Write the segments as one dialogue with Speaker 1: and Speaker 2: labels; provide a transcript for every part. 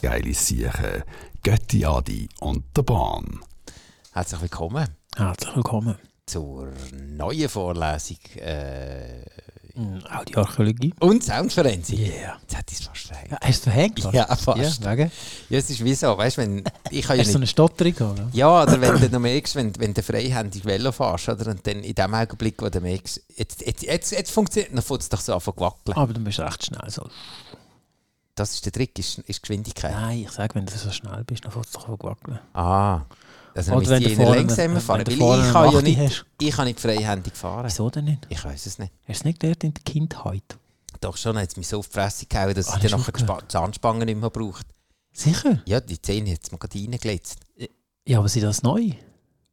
Speaker 1: geile Siechen, Götti Adi und der Bahn.
Speaker 2: Herzlich willkommen
Speaker 3: Herzlich willkommen.
Speaker 2: zur neuen Vorlesung äh,
Speaker 3: Mhm, Auch die Archäologie.
Speaker 2: und Soundforensik.
Speaker 3: Yeah.
Speaker 2: Jetzt hätte ich es fast rein.
Speaker 3: Hast du verhängt?
Speaker 2: Ja, fast.
Speaker 3: Ja, wegen?
Speaker 2: Ja, es ist wie so, weißt du, wenn ich kann ja
Speaker 3: Hast du
Speaker 2: nicht.
Speaker 3: so eine Stotterung, oder?
Speaker 2: Ja, oder wenn du noch merkst, wenn, wenn du freihändig Velo fährst, oder? Und dann in dem Augenblick, wo du merkst, jetzt, jetzt, jetzt, jetzt funktioniert, dann fängt es doch so an zu wackeln.
Speaker 3: Aber du bist recht schnell. So.
Speaker 2: Das ist der Trick, ist, ist Geschwindigkeit.
Speaker 3: Nein, ich sage, wenn du so schnell bist, dann fährst du doch gewackeln.
Speaker 2: Ah. Also dann müsste ich eher langsamer fahren, weil ich kann ja nicht,
Speaker 3: Hast.
Speaker 2: ich kann nicht freihändig fahren.
Speaker 3: Wieso denn nicht?
Speaker 2: Ich weiß es nicht.
Speaker 3: Hast du es nicht gelernt in der Kindheit?
Speaker 2: Doch schon, hat es mich so auf die Fresse gehauen, dass
Speaker 3: Ah,
Speaker 2: ich
Speaker 3: das
Speaker 2: dann
Speaker 3: ist
Speaker 2: nachher die Spa- Zahnspangen nicht mehr braucht.
Speaker 3: Sicher?
Speaker 2: Ja, die Zähne hat es mir gerade reingeletzt.
Speaker 3: Ja, aber sind das neu?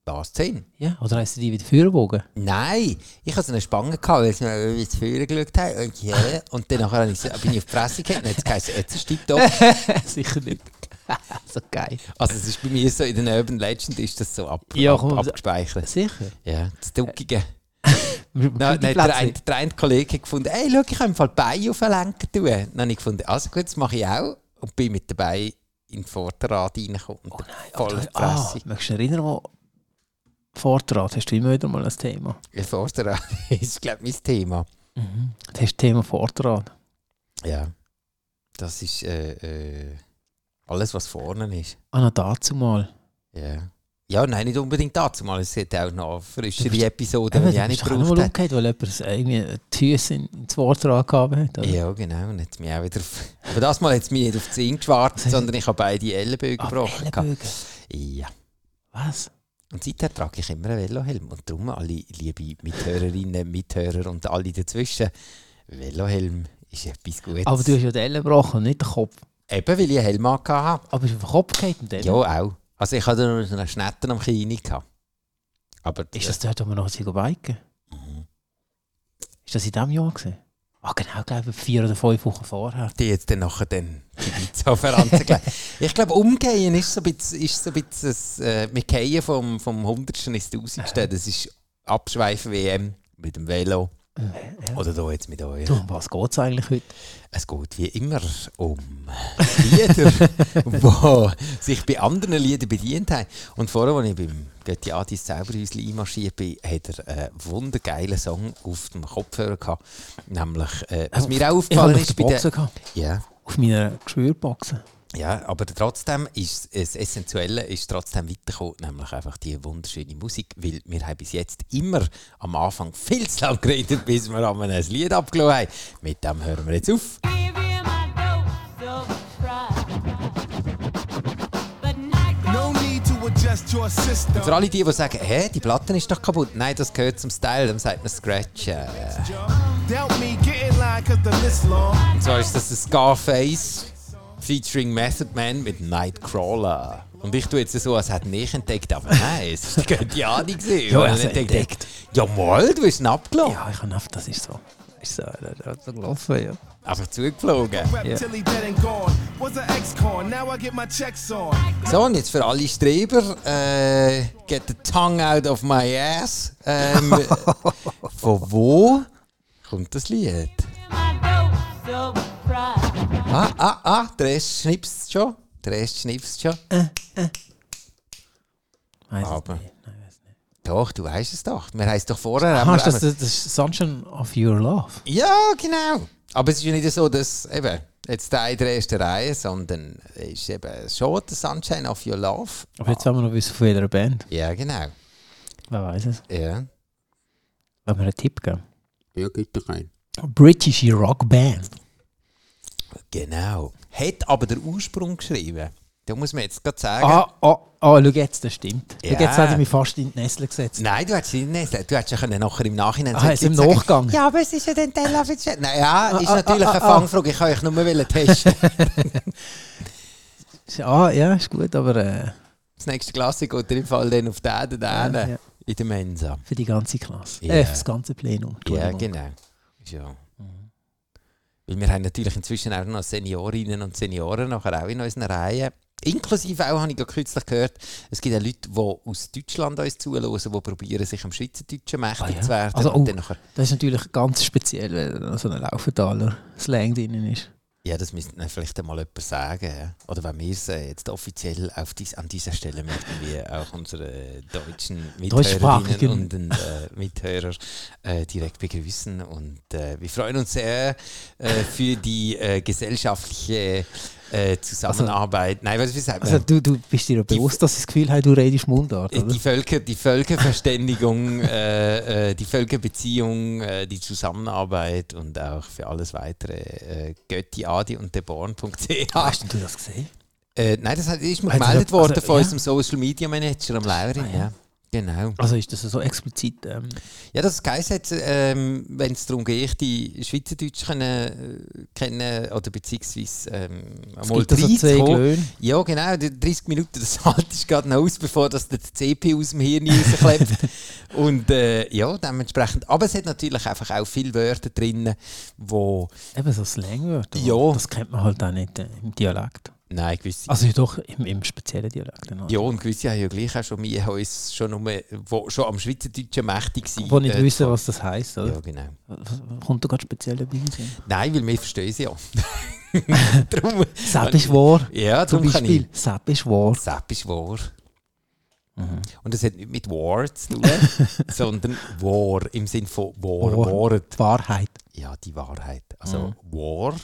Speaker 2: Was, Zähne?
Speaker 3: Ja. Oder hast du die wieder vorgebogen?
Speaker 2: Nein, ich hatte so eine Spange, gehabt, weil sie mir irgendwie zu Führer geschaut haben. Und, ja, und dann nachher habe ich, so- bin ich auf die Fresse gekommen und jetzt geheißen, jetzt ist es top.
Speaker 3: Sicher nicht. so geil.
Speaker 2: Also es ist bei mir so, in den Urban Legend ist das so ab,
Speaker 3: Ja,
Speaker 2: ab,
Speaker 3: komm, also- Äh, aber-
Speaker 2: abgespeichert.
Speaker 3: Sicher?
Speaker 2: Ja, das Duckige.
Speaker 3: Nein,
Speaker 2: Nein, nein, der, ein, der eine Kollege hat gefunden, hey, schau, ich habe im Fall die Beine auf den Lenker tun. Dann habe ich gefunden, also gut, das mache ich auch. Und bin mit den Beinen in den Vorderrad reingekommen. Und
Speaker 3: Oh nein,
Speaker 2: voll
Speaker 3: aber-
Speaker 2: auf die Fresse.
Speaker 3: Möchtest du dich erinnern, wo Vortrag hast du immer wieder mal ein Thema?
Speaker 2: der Vorderrad ist, glaube ich, mein Thema. Mhm.
Speaker 3: Das ist das Thema Vortrag.
Speaker 2: Ja. Das ist äh, äh, alles, was vorne ist.
Speaker 3: Ah, noch dazu mal.
Speaker 2: Ja. Ja, nein, nicht unbedingt dazu. Mal, es hat auch noch
Speaker 3: Du
Speaker 2: frischere
Speaker 3: bist-
Speaker 2: Episoden, die ich auch nicht
Speaker 3: auch noch
Speaker 2: gebraucht
Speaker 3: mal
Speaker 2: habe.
Speaker 3: umgekehrt, weil jemand irgendwie die Füße in- ins Vortrag gehabt hat. oder?
Speaker 2: Ja, genau. Und hat mich auch wieder auf, aber das Mal hat es mich nicht auf die Zehn geschwarzt,
Speaker 3: Was
Speaker 2: sondern ich habe beide Ellenbögen
Speaker 3: Ah,
Speaker 2: gebrochen. gehabt.
Speaker 3: Ellenbogen.
Speaker 2: Ja.
Speaker 3: Was?
Speaker 2: Und seither trage ich immer einen Velohelm. Und darum, alle liebe Mithörerinnen, Mithörer und alle dazwischen, Velohelm ist etwas Gutes.
Speaker 3: Aber du hast ja den Ellen gebrochen, und nicht den Kopf.
Speaker 2: Eben, weil ich einen Helm hatte.
Speaker 3: Aber ist auf den Kopf gefallen, der
Speaker 2: Ja,
Speaker 3: Ellen?
Speaker 2: auch. Also ich hatte nur so einen Schnetten am Kini. gehabt. Aber
Speaker 3: Ist das dort, wo wir noch sind, biken?
Speaker 2: Mhm.
Speaker 3: Ist das in diesem Jahr gewesen? Ah, genau, glaube ich, vier oder fünf Wochen vorher.
Speaker 2: die jetzt dann nachher dann die Pizza auf den Ranzen gelegt. Ich glaube, umgehen ist so ein bisschen, ist so ein bisschen das, äh, wir gehen vom, vom Hundertsten ins Tausendste. Das ist Abschweifen WM mit dem Velo.
Speaker 3: Ja.
Speaker 2: Oder da jetzt mit euch.
Speaker 3: Oh, Du, um was geht es eigentlich heute?
Speaker 2: Es geht wie immer um Lieder, die sich bei anderen Liedern bedient haben. Und vorher, als ich beim Götti Adis Zauberhäusli einmarschiert bin, hat er einen wundergeilen Song auf dem Kopfhörer gehabt. Nämlich, äh, was mir auch
Speaker 3: Ich habe
Speaker 2: aufgefallen
Speaker 3: auf der
Speaker 2: ist bei der...
Speaker 3: Boxen gehabt.
Speaker 2: Ja,
Speaker 3: Auf meiner Geschwürboxen.
Speaker 2: ja, aber trotzdem ist das Essentielle ist trotzdem weitergekommen, nämlich einfach die wunderschöne Musik, weil wir haben bis jetzt immer am Anfang viel zu lang geredet, bis wir einmal ein Lied abgelaufen haben. Mit dem hören wir jetzt auf.
Speaker 4: No need to adjust your system.
Speaker 2: Für alle die, die sagen, hä, die Platte ist doch kaputt. Nein, das gehört zum Style, dann sagt man äh. Scratchen.
Speaker 4: Doubt me, get in line, cause the list long.
Speaker 2: Und zwar ist das der Scarface featuring Method Man mit Nightcrawler. Und ich tue jetzt so, als hätte ich entdeckt, aber nein, es ist die Ahnung gesehen.
Speaker 3: Ja, er hat's entdeckt.
Speaker 2: Ja, mal, du bist ihn abgelaufen.
Speaker 3: Ja, ich habe auf, das ist so. Ist so, das ist so gelaufen, ja.
Speaker 2: Einfach zugeflogen.
Speaker 4: Rep till he dead and gone. Was an ex-con, now I get my checks on.
Speaker 2: So, und jetzt für alle Streber, äh, get the tongue out of my ass. Ähm, von wo kommt das Lied? Ah, ah, ah, der Rest schnippst schon. Der Rest schnippst schon.
Speaker 3: Weiss es
Speaker 2: Aber-
Speaker 3: nicht. Nein, weiss nicht.
Speaker 2: Doch, du weißt es doch. Wir haben es doch vorher. haben wir-
Speaker 3: Hast du das,
Speaker 2: haben wir-
Speaker 3: das ist Sunshine of Your Love?
Speaker 2: ja, genau. Aber es ist ja nicht so, dass eben, jetzt der eine der ersten Reihe, sondern es ist eben schon der Sunshine of Your Love.
Speaker 3: Aber jetzt wollen wir noch wissen, von welcher Band.
Speaker 2: Ja, genau.
Speaker 3: Wer weiß es?
Speaker 2: Ja.
Speaker 3: Wollen wir einen Tipp geben?
Speaker 2: Ja, geht doch rein.
Speaker 3: British Rockband.
Speaker 2: Genau. Hat aber der Ursprung geschrieben. Da muss man jetzt gerade sagen.
Speaker 3: Ah, ah, ah, schau jetzt, das stimmt.
Speaker 2: Ja.
Speaker 3: Schau jetzt hat er mich fast in die Nessel gesetzt.
Speaker 2: Nein, du hättest ihn nicht. Du hättest ja können nachher im Nachhinein
Speaker 3: Ah, ist im
Speaker 2: sagen,
Speaker 3: Nachgang.
Speaker 2: Ja, aber es ist ja dann Tel Aviv. Nein, ja, ist
Speaker 3: ah,
Speaker 2: natürlich
Speaker 3: ah,
Speaker 2: eine
Speaker 3: ah.
Speaker 2: Fangfrage. Ich wollte euch nur mal testen.
Speaker 3: Ah, ja, ist gut, aber äh,
Speaker 2: das nächste Klasse geht im Fall dann auf den, den,
Speaker 3: Ja,
Speaker 2: den
Speaker 3: ja.
Speaker 2: in der Mensa.
Speaker 3: für die ganze Klasse.
Speaker 2: Ah, ne. Ja.
Speaker 3: Äh, für das ganze Plenum.
Speaker 2: Ja,
Speaker 3: Entschuldigung. Mhm.
Speaker 2: genau. Ja. Weil wir haben natürlich inzwischen auch noch Seniorinnen und Senioren nachher auch in unseren Reihen. Inklusive auch, habe ich gerade kürzlich gehört, es gibt auch Leute, die aus Deutschland uns zuhören, die probieren, sich am Schweizerdeutschen mächtig
Speaker 3: Ah, ja.
Speaker 2: zu werden.
Speaker 3: Also,
Speaker 2: und
Speaker 3: oh.
Speaker 2: dann nachher,
Speaker 3: Das ist natürlich ganz speziell, wenn so ein Laufentaler Slang drin ist.
Speaker 2: Ja, das müsste mir vielleicht einmal jemand sagen. ja. Oder wenn wir es äh, jetzt offiziell auf dies, an dieser Stelle möchten, wir auch unsere deutschen Mithörerinnen
Speaker 3: Deutschsprachigen.
Speaker 2: und den, äh, Mithörer äh, direkt begrüßen. Und äh, wir freuen uns sehr äh, für die äh, gesellschaftliche äh, Zusammenarbeit. Nein, was wie sagt man?
Speaker 3: Also du, du bist dir ja
Speaker 2: Die-
Speaker 3: bewusst, dass ich das Gefühl habe, du redest Mundart,
Speaker 2: Äh,
Speaker 3: oder?
Speaker 2: Die, Völker, die Völkerverständigung, äh, äh, die Völkerbeziehung, äh, die Zusammenarbeit und auch für alles weitere äh, Götti, Adi und deborn.ch.
Speaker 3: Hast denn du das gesehen?
Speaker 2: Äh, nein, das hat- ist mir
Speaker 3: Also,
Speaker 2: gemeldet worden
Speaker 3: also,
Speaker 2: von
Speaker 3: ja.
Speaker 2: unserem Social Media Manager am Laurin.
Speaker 3: Ah,
Speaker 2: ja.
Speaker 3: ja.
Speaker 2: Genau.
Speaker 3: Also ist das so explizit? Ähm,
Speaker 2: Ja, das Geist hat, ähm, wenn es darum geht, die Schweizerdeutsch können, äh, kennen oder beziehungsweise ähm, einmal
Speaker 3: da so
Speaker 2: reinzukommen.
Speaker 3: Glöhne.
Speaker 2: Ja, genau, die 30 Minuten, das haltest du gerade noch aus, bevor das der CP aus dem Hirn rausklebt. Und äh, ja, dementsprechend. Aber es hat natürlich einfach auch viele Wörter drin, wo.
Speaker 3: Eben so Slangwörter.
Speaker 2: Ja.
Speaker 3: Das kennt man halt auch nicht äh, im Dialekt.
Speaker 2: Nein, gewisse.
Speaker 3: Also doch im, im speziellen Dialekt. dann halt.
Speaker 2: Ja, und gewisse haben ja gleich auch schon mehr uns schon, nur, wo, schon am Schweizerdeutschen mächtig sind.
Speaker 3: Wo nicht
Speaker 2: äh,
Speaker 3: wissen, was das heisst, oder?
Speaker 2: Ja, genau.
Speaker 3: Was- Kommt da gerade speziell dabei?
Speaker 2: Nein, weil wir verstehen sie ja. Drum-
Speaker 3: Sepp ist wahr.
Speaker 2: ja,
Speaker 3: Zum
Speaker 2: Äh, darum kann ich.
Speaker 3: Beispiel. Sepp ist wahr.
Speaker 2: Sepp ist wahr.
Speaker 3: Mhm.
Speaker 2: Und das hat nicht mit War zu tun, sondern War im Sinn von War,
Speaker 3: Wahr.
Speaker 2: Wahrheit.
Speaker 3: Die Wahrheit.
Speaker 2: Ja, die Wahrheit. Also
Speaker 3: Mhm.
Speaker 2: War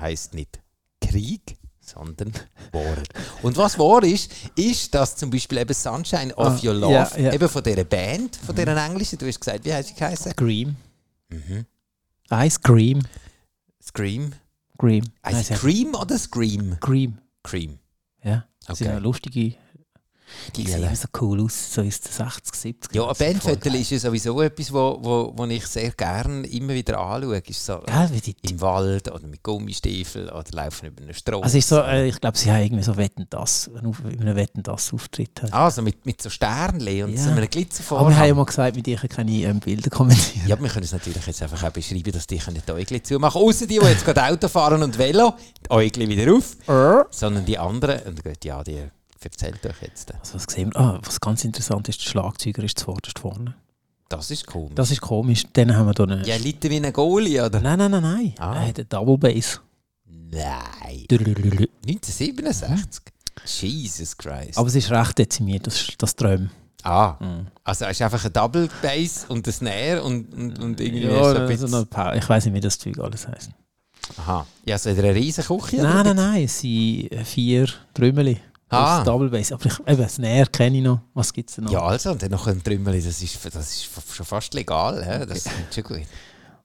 Speaker 2: heißt nicht Krieg, sondern War. Und was War ist, ist, dass zum Beispiel eben Sunshine of
Speaker 3: Ah,
Speaker 2: Your Love,
Speaker 3: ja, Mhm. ja.
Speaker 2: eben von dieser Band, von dieser englischen, du hast gesagt, wie heißt sie geheißen?
Speaker 3: Scream.
Speaker 2: Mhm.
Speaker 3: Ice Cream.
Speaker 2: Scream.
Speaker 3: Cream. Nein,
Speaker 2: Heißt
Speaker 3: sie
Speaker 2: es
Speaker 3: heißt
Speaker 2: Cream oder Scream?
Speaker 3: Cream.
Speaker 2: Cream.
Speaker 3: Ja. Das sind ja
Speaker 2: Okay.
Speaker 3: lustige. Die
Speaker 2: Gelle.
Speaker 3: sehen immer so cool aus, so aus den 60, 70
Speaker 2: Ja, ein Bandviertel ist ja sowieso etwas, wo, wo, wo ich sehr gern immer wieder anschaue. Ist so
Speaker 3: Gell, wie die,
Speaker 2: Im Wald oder mit Gummistiefeln oder laufen über eine Straße.
Speaker 3: also ist so, äh, ich glaube, sie haben irgendwie so Wetten, das, einen Auf- in einem Wetten, das Auftritt. Halt.
Speaker 2: also mit, mit so Sternchen und
Speaker 3: Ja.
Speaker 2: so einem
Speaker 3: Aber wir haben ja
Speaker 2: Glitzervorhang.
Speaker 3: mal gesagt, mit ihr kann ich ähm, Bilder kommentieren.
Speaker 2: Ja, aber wir können es natürlich jetzt einfach auch beschreiben, dass die können die Äugli zumachen Außer die, die jetzt gerade Auto fahren und Velo, die Äugli wieder auf.
Speaker 3: Äh?
Speaker 2: Sondern die anderen, und gut, ja, die erzählt euch jetzt.
Speaker 3: Also was sehen wir? Ah, was ganz interessant ist, der Schlagzeuger ist zuvorderst vorne.
Speaker 2: Das ist komisch.
Speaker 3: Das ist komisch. Dann haben wir da eine...
Speaker 2: ja, Leute wie ein Goalie, oder?
Speaker 3: Nein, nein, nein, nein.
Speaker 2: Ah.
Speaker 3: Er hat eine Double Bass.
Speaker 2: Nein.
Speaker 3: Dürülülülü.
Speaker 2: 1967. Jesus Christ.
Speaker 3: Aber es ist recht dezimiert, das, das Träum.
Speaker 2: ah.
Speaker 3: Mhm.
Speaker 2: Also es ist einfach ein Double Bass und ein Snare und, und, und irgendwie
Speaker 3: Ja,
Speaker 2: so ein
Speaker 3: also
Speaker 2: bisschen...
Speaker 3: noch ein paar- ich weiß nicht, wie das Zeug alles heisst.
Speaker 2: Aha. Ja, also, so in einer riesen Küche?
Speaker 3: nein, nein, nein, es sind äh, vier Trümmeli.
Speaker 2: Ah.
Speaker 3: Ah. Double Bass. Aber ich, eben, Snare kenne ich noch. Was gibt es denn noch?
Speaker 2: Ja, also, und dann noch ein Trümmeli, das ist, das ist f- schon fast legal, hä? das ist schon gut.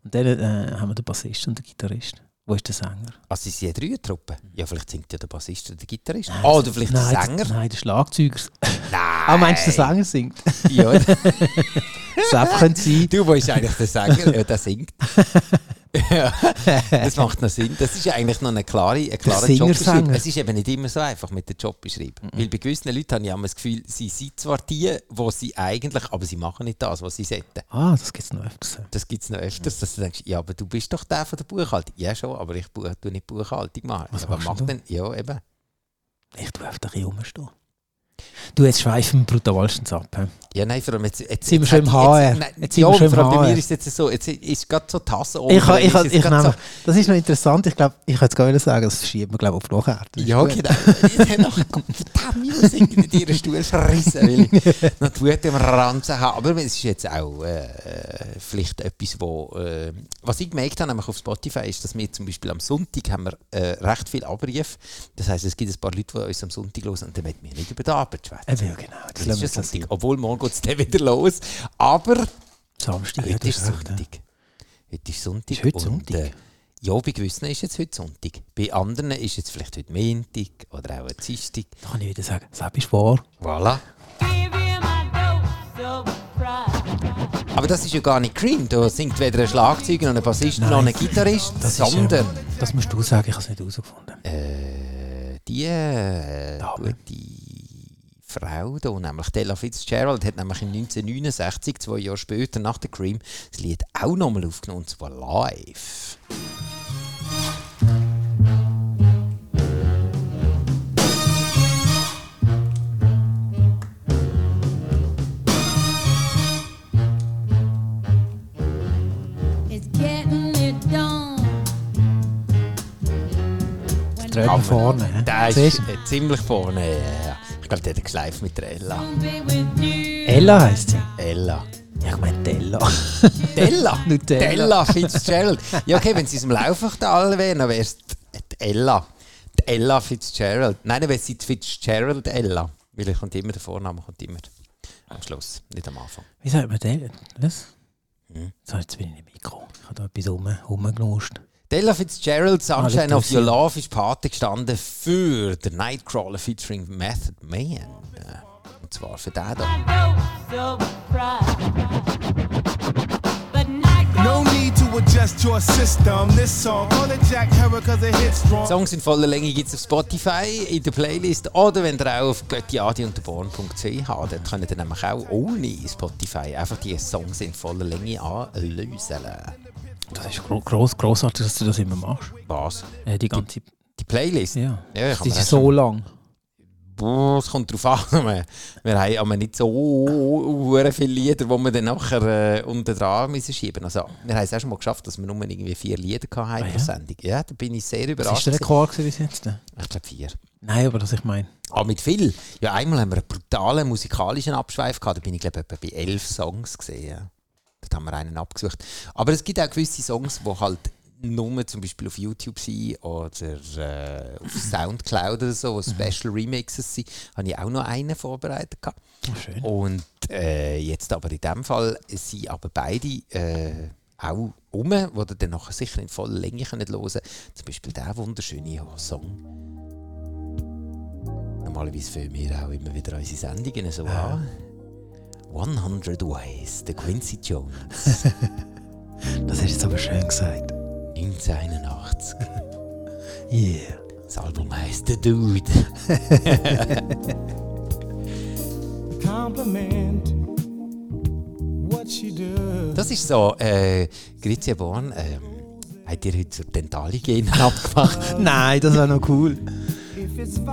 Speaker 3: Und dann äh, haben wir den Bassist und den Gitarrist. Wo ist der Sänger?
Speaker 2: Also es sind ja drei Truppen. Ja, vielleicht singt ja der Bassist oder der Gitarrist. Ah, oder vielleicht
Speaker 3: nein,
Speaker 2: der Sänger.
Speaker 3: Der, nein, der Schlagzeuger.
Speaker 2: Nein.
Speaker 3: Ah, meinst du, der Sänger singt?
Speaker 2: Ja,
Speaker 3: Sepp könnte sein.
Speaker 2: du bist eigentlich der Sänger, ja, der singt. ja, das macht noch Sinn. Das ist ja eigentlich noch eine klare, eine klare
Speaker 3: Singer-Sänger.
Speaker 2: Jobbeschreibung. Es ist eben nicht immer so einfach mit der Jobbeschreibung. Weil bei gewissen Leuten habe ich immer das Gefühl, sie sind zwar die, wo sie eigentlich, aber sie machen nicht das, was sie sollten.
Speaker 3: Ah, das gibt es noch öfters.
Speaker 2: Das gibt es noch
Speaker 3: Mm.
Speaker 2: öfters, dass du denkst, ja, aber du bist doch der von der Buchhaltung. Ja, schon, aber ich buch, tu nicht Buchhaltung machen.
Speaker 3: Was
Speaker 2: aber
Speaker 3: machst
Speaker 2: mach
Speaker 3: du?
Speaker 2: denn? Ja, eben.
Speaker 3: Ich tue einfach ein bisschen rumstehen. Du, jetzt schweifen wir brutalstens ab. He.
Speaker 2: Ja, nein, vor allem jetzt. jetzt
Speaker 3: Sind wir
Speaker 2: jetzt
Speaker 3: schon im
Speaker 2: hat-
Speaker 3: HR?
Speaker 2: Jetzt, nein,
Speaker 3: Jetzt sind
Speaker 2: ja,
Speaker 3: wir schon im
Speaker 2: vor allem bei mir
Speaker 3: HR.
Speaker 2: ist jetzt so, jetzt ist gerade so Tasse oben.
Speaker 3: Ich, kann- ich,
Speaker 2: ist
Speaker 3: kann-
Speaker 2: jetzt
Speaker 3: ich
Speaker 2: gerade
Speaker 3: nehme, das ist noch interessant. Ich glaube, ich könnte es gar nicht sagen, das schiebt man glaub, auf die Nachhärte.
Speaker 2: so, ja, genau. Jetzt noch verdammt Musik in deinen Stuhl schrissen, weil ich noch die Wut im Ranzen habe. Aber es ist jetzt auch äh, vielleicht etwas, wo... Äh, was ich gemerkt habe, nämlich auf Spotify, ist, dass wir zum Beispiel am Sonntag haben wir, äh, recht viel Abruf. Das heisst, es gibt ein paar Leute, die uns am Sonntag hören und dann möchten wir nicht über die Arbeit schwätzen.
Speaker 3: Eben, ja, genau. Das
Speaker 2: Das ist
Speaker 3: lassen
Speaker 2: schon
Speaker 3: wir so sein.
Speaker 2: Sonntag, obwohl morgen geht es dann wieder los. Aber...
Speaker 3: Samstag, ja,
Speaker 2: Heute
Speaker 3: das
Speaker 2: ist
Speaker 3: ist recht. ja.
Speaker 2: Sonntag. Heute ist Sonntag.
Speaker 3: Ist heute
Speaker 2: und,
Speaker 3: Sonntag?
Speaker 2: äh, ja, bei gewissen ist jetzt heute Sonntag. Bei anderen ist jetzt vielleicht heute Montag oder auch ein Dienstag.
Speaker 3: Da kann ich wieder sagen, Sepp ist wahr.
Speaker 2: Voilà. Aber das ist ja gar nicht Cream. Da singt weder ein Schlagzeuger noch ein Bassist noch ein Gitarrist,
Speaker 3: Das ist,
Speaker 2: sondern
Speaker 3: ähm, das musst du sagen, ich habe es nicht herausgefunden.
Speaker 2: äh, die äh,
Speaker 3: Dame.
Speaker 2: gute Frau da, nämlich Della Fitzgerald, hat nämlich in 1969, zwei Jahre später, nach der Cream, das Lied auch nochmal aufgenommen, und zwar live.
Speaker 5: It's getting it done.
Speaker 3: Trömer vorne. hä?
Speaker 2: Der ist
Speaker 3: Siehst du?
Speaker 2: äh, ziemlich vorne. ja, ja. Ich glaube, der hat geschleift mit der Ella.
Speaker 3: Ella heisst sie.
Speaker 2: Ella.
Speaker 3: Ja, ich meine Ella.
Speaker 2: Della.
Speaker 3: Nutella.
Speaker 2: Della Fitzgerald. Ja, okay, wenn sie aus dem Laufachtal wäre, dann wäre es Ella. Die Ella Fitzgerald. Nein, dann wäre sie die Fitzgerald Ella. Weil er kommt immer, der Vorname kommt immer am Schluss, nicht am Anfang.
Speaker 3: Wie sagt man Ella? Was?
Speaker 2: Mhm.
Speaker 3: So, jetzt bin ich im Mikro. Ich habe da etwas rum, rumgenuscht.
Speaker 2: Della Fitzgerald, Sunshine
Speaker 3: Ah, das
Speaker 2: of Your
Speaker 3: ist-
Speaker 2: Love, ist Pate gestanden für den Nightcrawler featuring Method Man. Äh, Und zwar für den da.
Speaker 4: No need to adjust your system. This song only Jack Herrer cause it hits strong.
Speaker 2: Songs in voller Länge gibt es auf Spotify, in der Playlist oder wenn ihr auch auf göttiadiunterborn.ch Dort könnt ihr nämlich auch ohne Spotify einfach die Songs in voller Länge anlösen.
Speaker 3: Das ist gro gross, grossartig, dass du das immer machst.
Speaker 2: Was?
Speaker 3: Äh, die ganze.
Speaker 2: Die Playlist?
Speaker 3: Ja.
Speaker 2: Ja, ich kann
Speaker 3: Die
Speaker 2: mir
Speaker 3: ist so
Speaker 2: auch-
Speaker 3: lang.
Speaker 2: Boah, Es kommt drauf an. Wir- Wir haben aber nicht so hure viele Lieder, die wir dann nachher äh, unter dran müssen schieben Also, wir haben es auch schon mal geschafft, dass wir nur irgendwie vier Lieder hatten
Speaker 3: Ah,
Speaker 2: pro
Speaker 3: ja?
Speaker 2: Sendung. Ja, da bin ich sehr
Speaker 3: Was
Speaker 2: überrascht.
Speaker 3: ist der Rekord gewesen bis jetzt?
Speaker 2: gewesen. Ich glaube vier.
Speaker 3: Nein, aber das ich meine.
Speaker 2: Ah, mit viel. Ja, einmal haben wir einen brutalen musikalischen Abschweif gehabt. Da bin ich, glaube ich, etwa bei elf Songs gesehen. Dort haben wir einen abgesucht. Aber es gibt auch gewisse Songs, die halt nur zum Beispiel auf YouTube sind oder äh, auf Soundcloud oder so, wo Special Remixes sind. Habe ich auch noch einen vorbereitet. Gehabt.
Speaker 3: Oh, schön.
Speaker 2: Und äh, jetzt aber in dem Fall sind aber beide äh, auch um, wo ihr dann nachher sicher in voller Länge könnt hören könnt. Zum Beispiel der wunderschöne Song. Normalerweise fühlen wir auch immer wieder unsere Sendungen so an. 100 Ways, der Quincy Jones,
Speaker 3: Das hast du jetzt aber schön gesagt.
Speaker 2: 1981.
Speaker 3: Yeah.
Speaker 2: Das Album heisst «The Dude».
Speaker 4: Compliment what she does.
Speaker 2: Das ist so, äh, Grizia Born, ähm, habt ihr heute zur Dentalhygiene abgemacht?
Speaker 3: Nein, das war noch cool.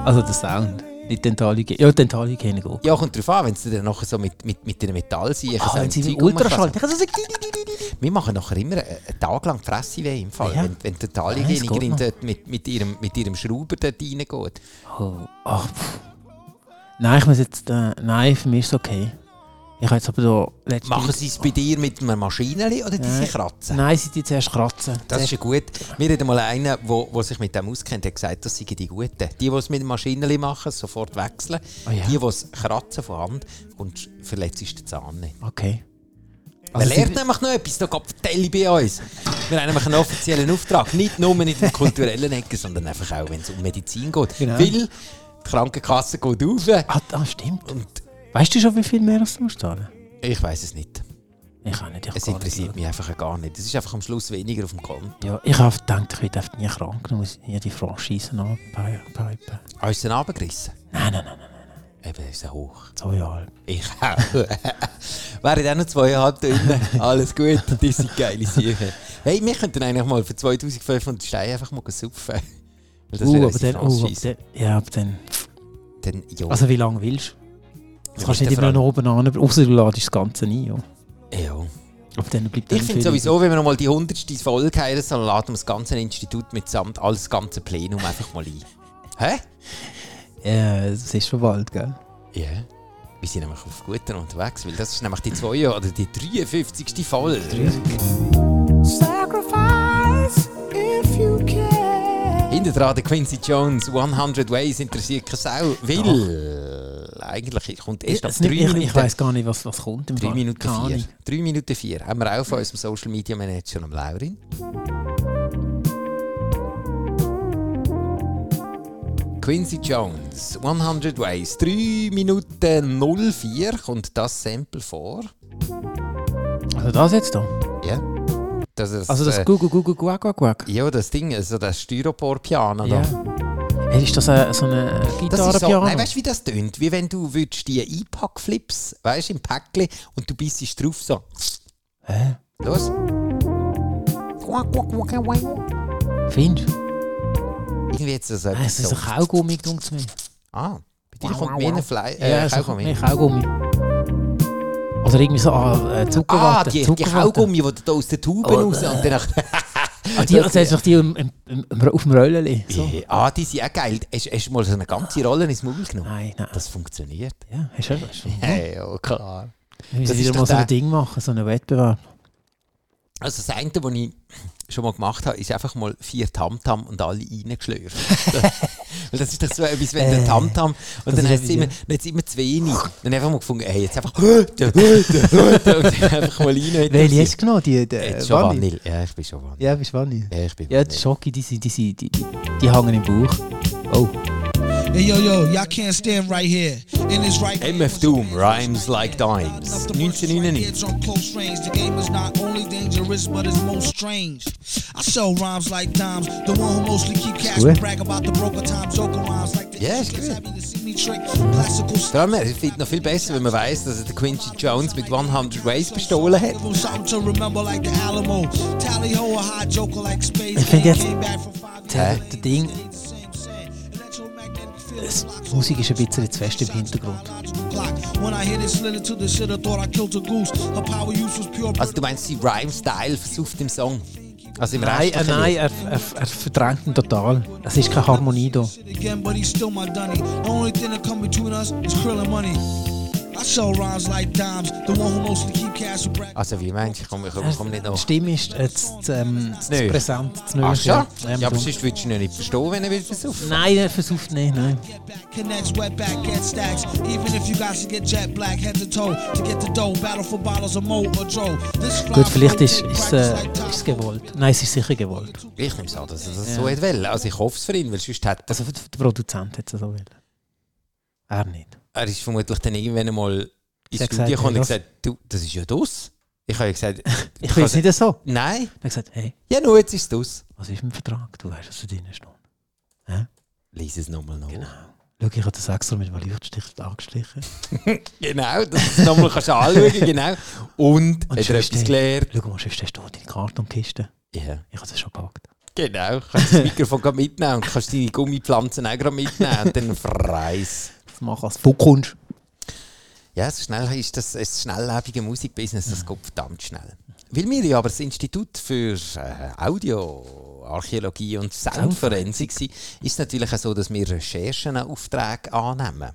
Speaker 3: Also der Sound. Nicht Dentalhygiene. Ja, Dentalhygiene geht.
Speaker 2: Ja, kommt drauf an, wenn sie dann nachher so mit, mit, mit einer Metallsieche
Speaker 3: Ah,
Speaker 2: so
Speaker 3: wenn
Speaker 2: ein
Speaker 3: sie
Speaker 2: Zeug
Speaker 3: mit Ultraschall.
Speaker 2: rumfassen. Wir machen nachher immer äh, einen Tag lang die Fresse weh im Fall,
Speaker 3: Ja.
Speaker 2: wenn, wenn die
Speaker 3: Nein, es geht
Speaker 2: Italienerin
Speaker 3: noch.
Speaker 2: dort mit, mit, ihrem, mit ihrem Schrauber dort reingeht.
Speaker 3: Oh, ach, pff. Nein, ich muss jetzt. Äh, nein, für mich ist es okay. Ich habe jetzt aber so. letztes
Speaker 2: Machen
Speaker 3: Mal-
Speaker 2: sie es bei dir mit einem Maschinenli oder die
Speaker 3: Nein.
Speaker 2: sie kratzen?
Speaker 3: Nein, sie die zuerst kratzen.
Speaker 2: Das ist ja gut. Wir hatten mal einen, der sich mit dem auskennt, hat gesagt, das seien die Guten. Die, die es mit dem Maschinenli machen, sofort wechseln.
Speaker 3: Oh ja.
Speaker 2: Die, die es kratzen von Hand und verletzt ist der Zahn nicht.
Speaker 3: Okay.
Speaker 2: Man
Speaker 3: Also
Speaker 2: lernt
Speaker 3: sie-
Speaker 2: nämlich noch etwas, da geht Vertelle bei uns. Wir haben nämlich einen offiziellen Auftrag, nicht nur in der kulturellen Ecke, sondern einfach auch, wenn es um Medizin geht.
Speaker 3: Genau.
Speaker 2: Weil die Krankenkasse geht auf
Speaker 3: Ah, ah, stimmt.
Speaker 2: und
Speaker 3: Weißt du schon, wie viel mehr das du musst zahlen?
Speaker 2: ich weiß es nicht.
Speaker 3: Ich kann nicht. Ich
Speaker 2: Es
Speaker 3: kann gar
Speaker 2: interessiert
Speaker 3: nicht.
Speaker 2: mich einfach gar nicht. Es ist einfach am Schluss weniger auf dem Konto.
Speaker 3: Ja, ich habe gedacht, ich werde einfach nie krank genommen, muss ich nie die Franchise anpipen.
Speaker 2: Ah, ist es abgerissen?
Speaker 3: Nein, nein, nein, nein,
Speaker 2: Eben, ist er hoch.
Speaker 3: zwei Jahre.
Speaker 2: Ich auch. Wären dann noch zweieinhalb Stunden. Alles gut, das sind geile Sachen. Hey, wir könnten eigentlich mal für 2500 Steine einfach mal supfen. Weil das wäre
Speaker 3: Uh, aber
Speaker 2: unsere
Speaker 3: dann, uh, aber
Speaker 2: Franchise.
Speaker 3: dann, ja, aber dann,
Speaker 2: Dann, ja.
Speaker 3: also wie lange willst du?
Speaker 2: Ja,
Speaker 3: Das kannst du nicht
Speaker 2: mit der
Speaker 3: immer noch oben an, außer du ladest das Ganze ein, ja.
Speaker 2: ja.
Speaker 3: Aber dann bleibt
Speaker 2: Ich
Speaker 3: dann
Speaker 2: finde
Speaker 3: viel
Speaker 2: sowieso, wenn wir nochmal die 100. Folge haben, dann laden wir das ganze Institut mitsamt, alles das ganze Plenum einfach mal ein. Hä?
Speaker 3: übrig. Äh, es ist schon bald, gell?
Speaker 2: Ja. Wir sind nämlich auf Guten unterwegs, weil das ist nämlich die 2 oder die 53. Folge.
Speaker 5: Sacrifice if you can.
Speaker 2: Hinter dran der Quincy Jones, 100 Ways interessiert keine Sau, weil eigentlich kommt erst ab
Speaker 3: Es
Speaker 2: 3
Speaker 3: nimmt- ich ich
Speaker 2: Minuten.
Speaker 3: weiß gar nicht, was, was kommt. Im
Speaker 2: 3
Speaker 3: Fall.
Speaker 2: Minuten
Speaker 3: Keine
Speaker 2: 4.
Speaker 3: Ahnung.
Speaker 2: 3 Minuten 4 haben wir auch von unserem Social Media Manager, am Laurin. Quincy Jones, 100 Ways, 3 Minuten 04 kommt das Sample vor.
Speaker 3: Also das jetzt da.
Speaker 2: Ja. Das ist,
Speaker 3: Also das
Speaker 2: äh,
Speaker 3: Gugu Gugu Guac Guac Guac.
Speaker 2: ja, das Ding, also das Styropor-Piano.
Speaker 3: Ja.
Speaker 2: da.
Speaker 3: Hey, ist das äh, so eine
Speaker 2: Das ist so,
Speaker 3: Gitarre-Piano?
Speaker 2: nein, weißt du, wie das tönt? Wie wenn du würdest die Einpackflips, weißt du, im Päckchen und du bist drauf so.
Speaker 3: Hä?
Speaker 2: Los.
Speaker 3: Findest du?
Speaker 2: Irgendwie jetzt das
Speaker 3: Nein, Es ist ein Kaugummi, dunkt mir.
Speaker 2: Ah, bei dir kommt mehr ein Fleisch.
Speaker 3: Ja,
Speaker 2: Äh,
Speaker 3: es ist
Speaker 2: Kaugummi.
Speaker 3: Kaugummi. Kaugummi. Oder irgendwie so ah, äh, Zuckerwatte.
Speaker 2: Ah, die, die
Speaker 3: Zuckerwatte.
Speaker 2: Kaugummi, die du da aus der Tube
Speaker 3: Oh,
Speaker 2: raus und danach.
Speaker 3: Ah, die, also jetzt noch die im, im, im, im- auf dem Röllchen. So.
Speaker 2: Ja, Ah, die sind auch geil. Hast hast du mal so eine ganze Rolle ins Maul genommen?
Speaker 3: Nein, nein.
Speaker 2: Das funktioniert.
Speaker 3: Ah. ja, hast du schon- hast du schon.
Speaker 2: Hey, ja, klar. das
Speaker 3: Wir müssen
Speaker 2: ist
Speaker 3: wieder
Speaker 2: doch
Speaker 3: mal so
Speaker 2: der-
Speaker 3: ein Ding machen, so einen Wettbewerb.
Speaker 2: Also das eine, was ich schon mal gemacht habe, ist einfach mal vier Tamtam und alle reingeschlürft. Weil das ist doch so etwas, wenn der
Speaker 3: Äh,
Speaker 2: Tamtam und
Speaker 3: das
Speaker 2: dann
Speaker 3: ist
Speaker 2: hat es
Speaker 3: ja Äh,
Speaker 2: immer,
Speaker 3: wie-
Speaker 2: dann hat's immer zu wenig. Dann einfach mal gefunden, ey, jetzt einfach und dann einfach mal rein.
Speaker 3: Welche hast du genommen? Die, die,
Speaker 2: Äh,
Speaker 3: äh, Vanille?
Speaker 2: Giovanni. Ja, ich bin Giovanni.
Speaker 3: Ja, bist Vanni.
Speaker 2: Ja, ich bin
Speaker 3: Ja, die
Speaker 2: Vanille.
Speaker 3: Schocke, die, sind- die, sind- die, die, die hängen im Bauch. Oh.
Speaker 6: Hey, yo, yo, y'all can't stand right here. In this right
Speaker 2: MF Doom, Rhymes Like Dimes, 1999.
Speaker 6: on close range. The game is not only dangerous, but it's most strange. I sell rhymes like dimes. The one who mostly keep cash
Speaker 3: Square.
Speaker 6: and brag about the broken time joker rhymes like the
Speaker 2: Yeah, it's good.
Speaker 6: happy to see me trick. Classical
Speaker 2: Vor allem, es wird noch viel besser, wenn man weiss, dass er den Quincy Jones mit 100 Ways bestohlen hat.
Speaker 6: Give 'em something to remember like the Alamo. Tally ho, a high joker like space.
Speaker 3: Ich find jetzt-
Speaker 6: Came back from five
Speaker 3: Hä?
Speaker 6: years
Speaker 3: Das Ding.
Speaker 6: later, same sand. Electromagnetic field
Speaker 3: Das-
Speaker 6: blocks
Speaker 3: die Musik ist ein bisschen zu fest im Hintergrund.
Speaker 6: When I hit it, slid into the shit, I thought I killed a goose. Her power use was pure.
Speaker 2: Also du meinst, die Rhyme-Style versucht im Song? Also im
Speaker 3: Nein, äh,
Speaker 2: restlichen
Speaker 3: nein, er, er, er verdrängt ihn total. Es ist keine Harmonie da.
Speaker 6: Shit again, but he's still my dunny. The only thing that come between us is krill and money. I sell rhymes like dimes. The one who mostly keep cash and brag.
Speaker 2: Also wie meinst du? Ich komme komm, komm nicht
Speaker 3: Die
Speaker 2: noch.
Speaker 3: Stimme ist äh, zu, zu, ähm, zu
Speaker 2: Nö.
Speaker 3: präsent, zu neu.
Speaker 2: Ach schon?
Speaker 3: Ja,
Speaker 2: Ja, aber
Speaker 3: darum.
Speaker 2: sonst würdest du ihn nicht verstehen, wenn er will versuchen
Speaker 3: Nein, er versucht nicht. Nein.
Speaker 6: Get back, connects, wet back, get stacks. Even if you guys get jet black, head to toe to get the dough. Battle for bottles of mo or Joe. This fly
Speaker 3: Gut, vielleicht ist
Speaker 6: flow,
Speaker 3: es
Speaker 6: practice
Speaker 3: äh,
Speaker 6: like top.
Speaker 3: ist es gewollt. Nein, es ist sicher gewollt.
Speaker 2: Ich nehme es an, dass er das so hätte wollen. Also ich hoffe es für ihn, weil sonst hat er...
Speaker 3: Also der der Produzent hätte es so wollen. Er nicht.
Speaker 2: Er ist vermutlich dann irgendwann mal ins
Speaker 3: hat gesagt,
Speaker 2: Studio gekommen und
Speaker 3: hey,
Speaker 2: gesagt, du, das ist ja das. Ich habe ja gesagt,
Speaker 3: Ich will es nicht so.
Speaker 2: nein,
Speaker 3: Er hat gesagt, hey,
Speaker 2: ja nur jetzt ist es das.
Speaker 3: was ist im Vertrag? Du hast es drin stehen.
Speaker 2: Lies es nochmal nach. Genau.
Speaker 3: Schau, ich habe das extra mit einem Leuchtstift angestrichen.
Speaker 2: genau, dass du es nochmal kannst anschauen, genau. Und,
Speaker 3: Und
Speaker 2: hat
Speaker 3: schon
Speaker 2: er
Speaker 3: steht-
Speaker 2: etwas gelernt?
Speaker 3: Schau mal, sonst hast du deine Karte und Kiste.
Speaker 2: Ja,
Speaker 3: Ich habe das schon gepackt.
Speaker 2: genau. Kannst das Mikrofon gerade mitnehmen und kannst deine Gummipflanzen auch gerade mitnehmen und dann freis.
Speaker 3: Das mach als Vokunst.
Speaker 2: Ja, so schnell ist das, das schnelllebige Musikbusiness, das geht verdammt schnell. Weil wir ja aber das Institut für äh, Audio, Archäologie und Soundforensik sind, ist es natürlich auch so, dass wir Recherchenaufträge annehmen.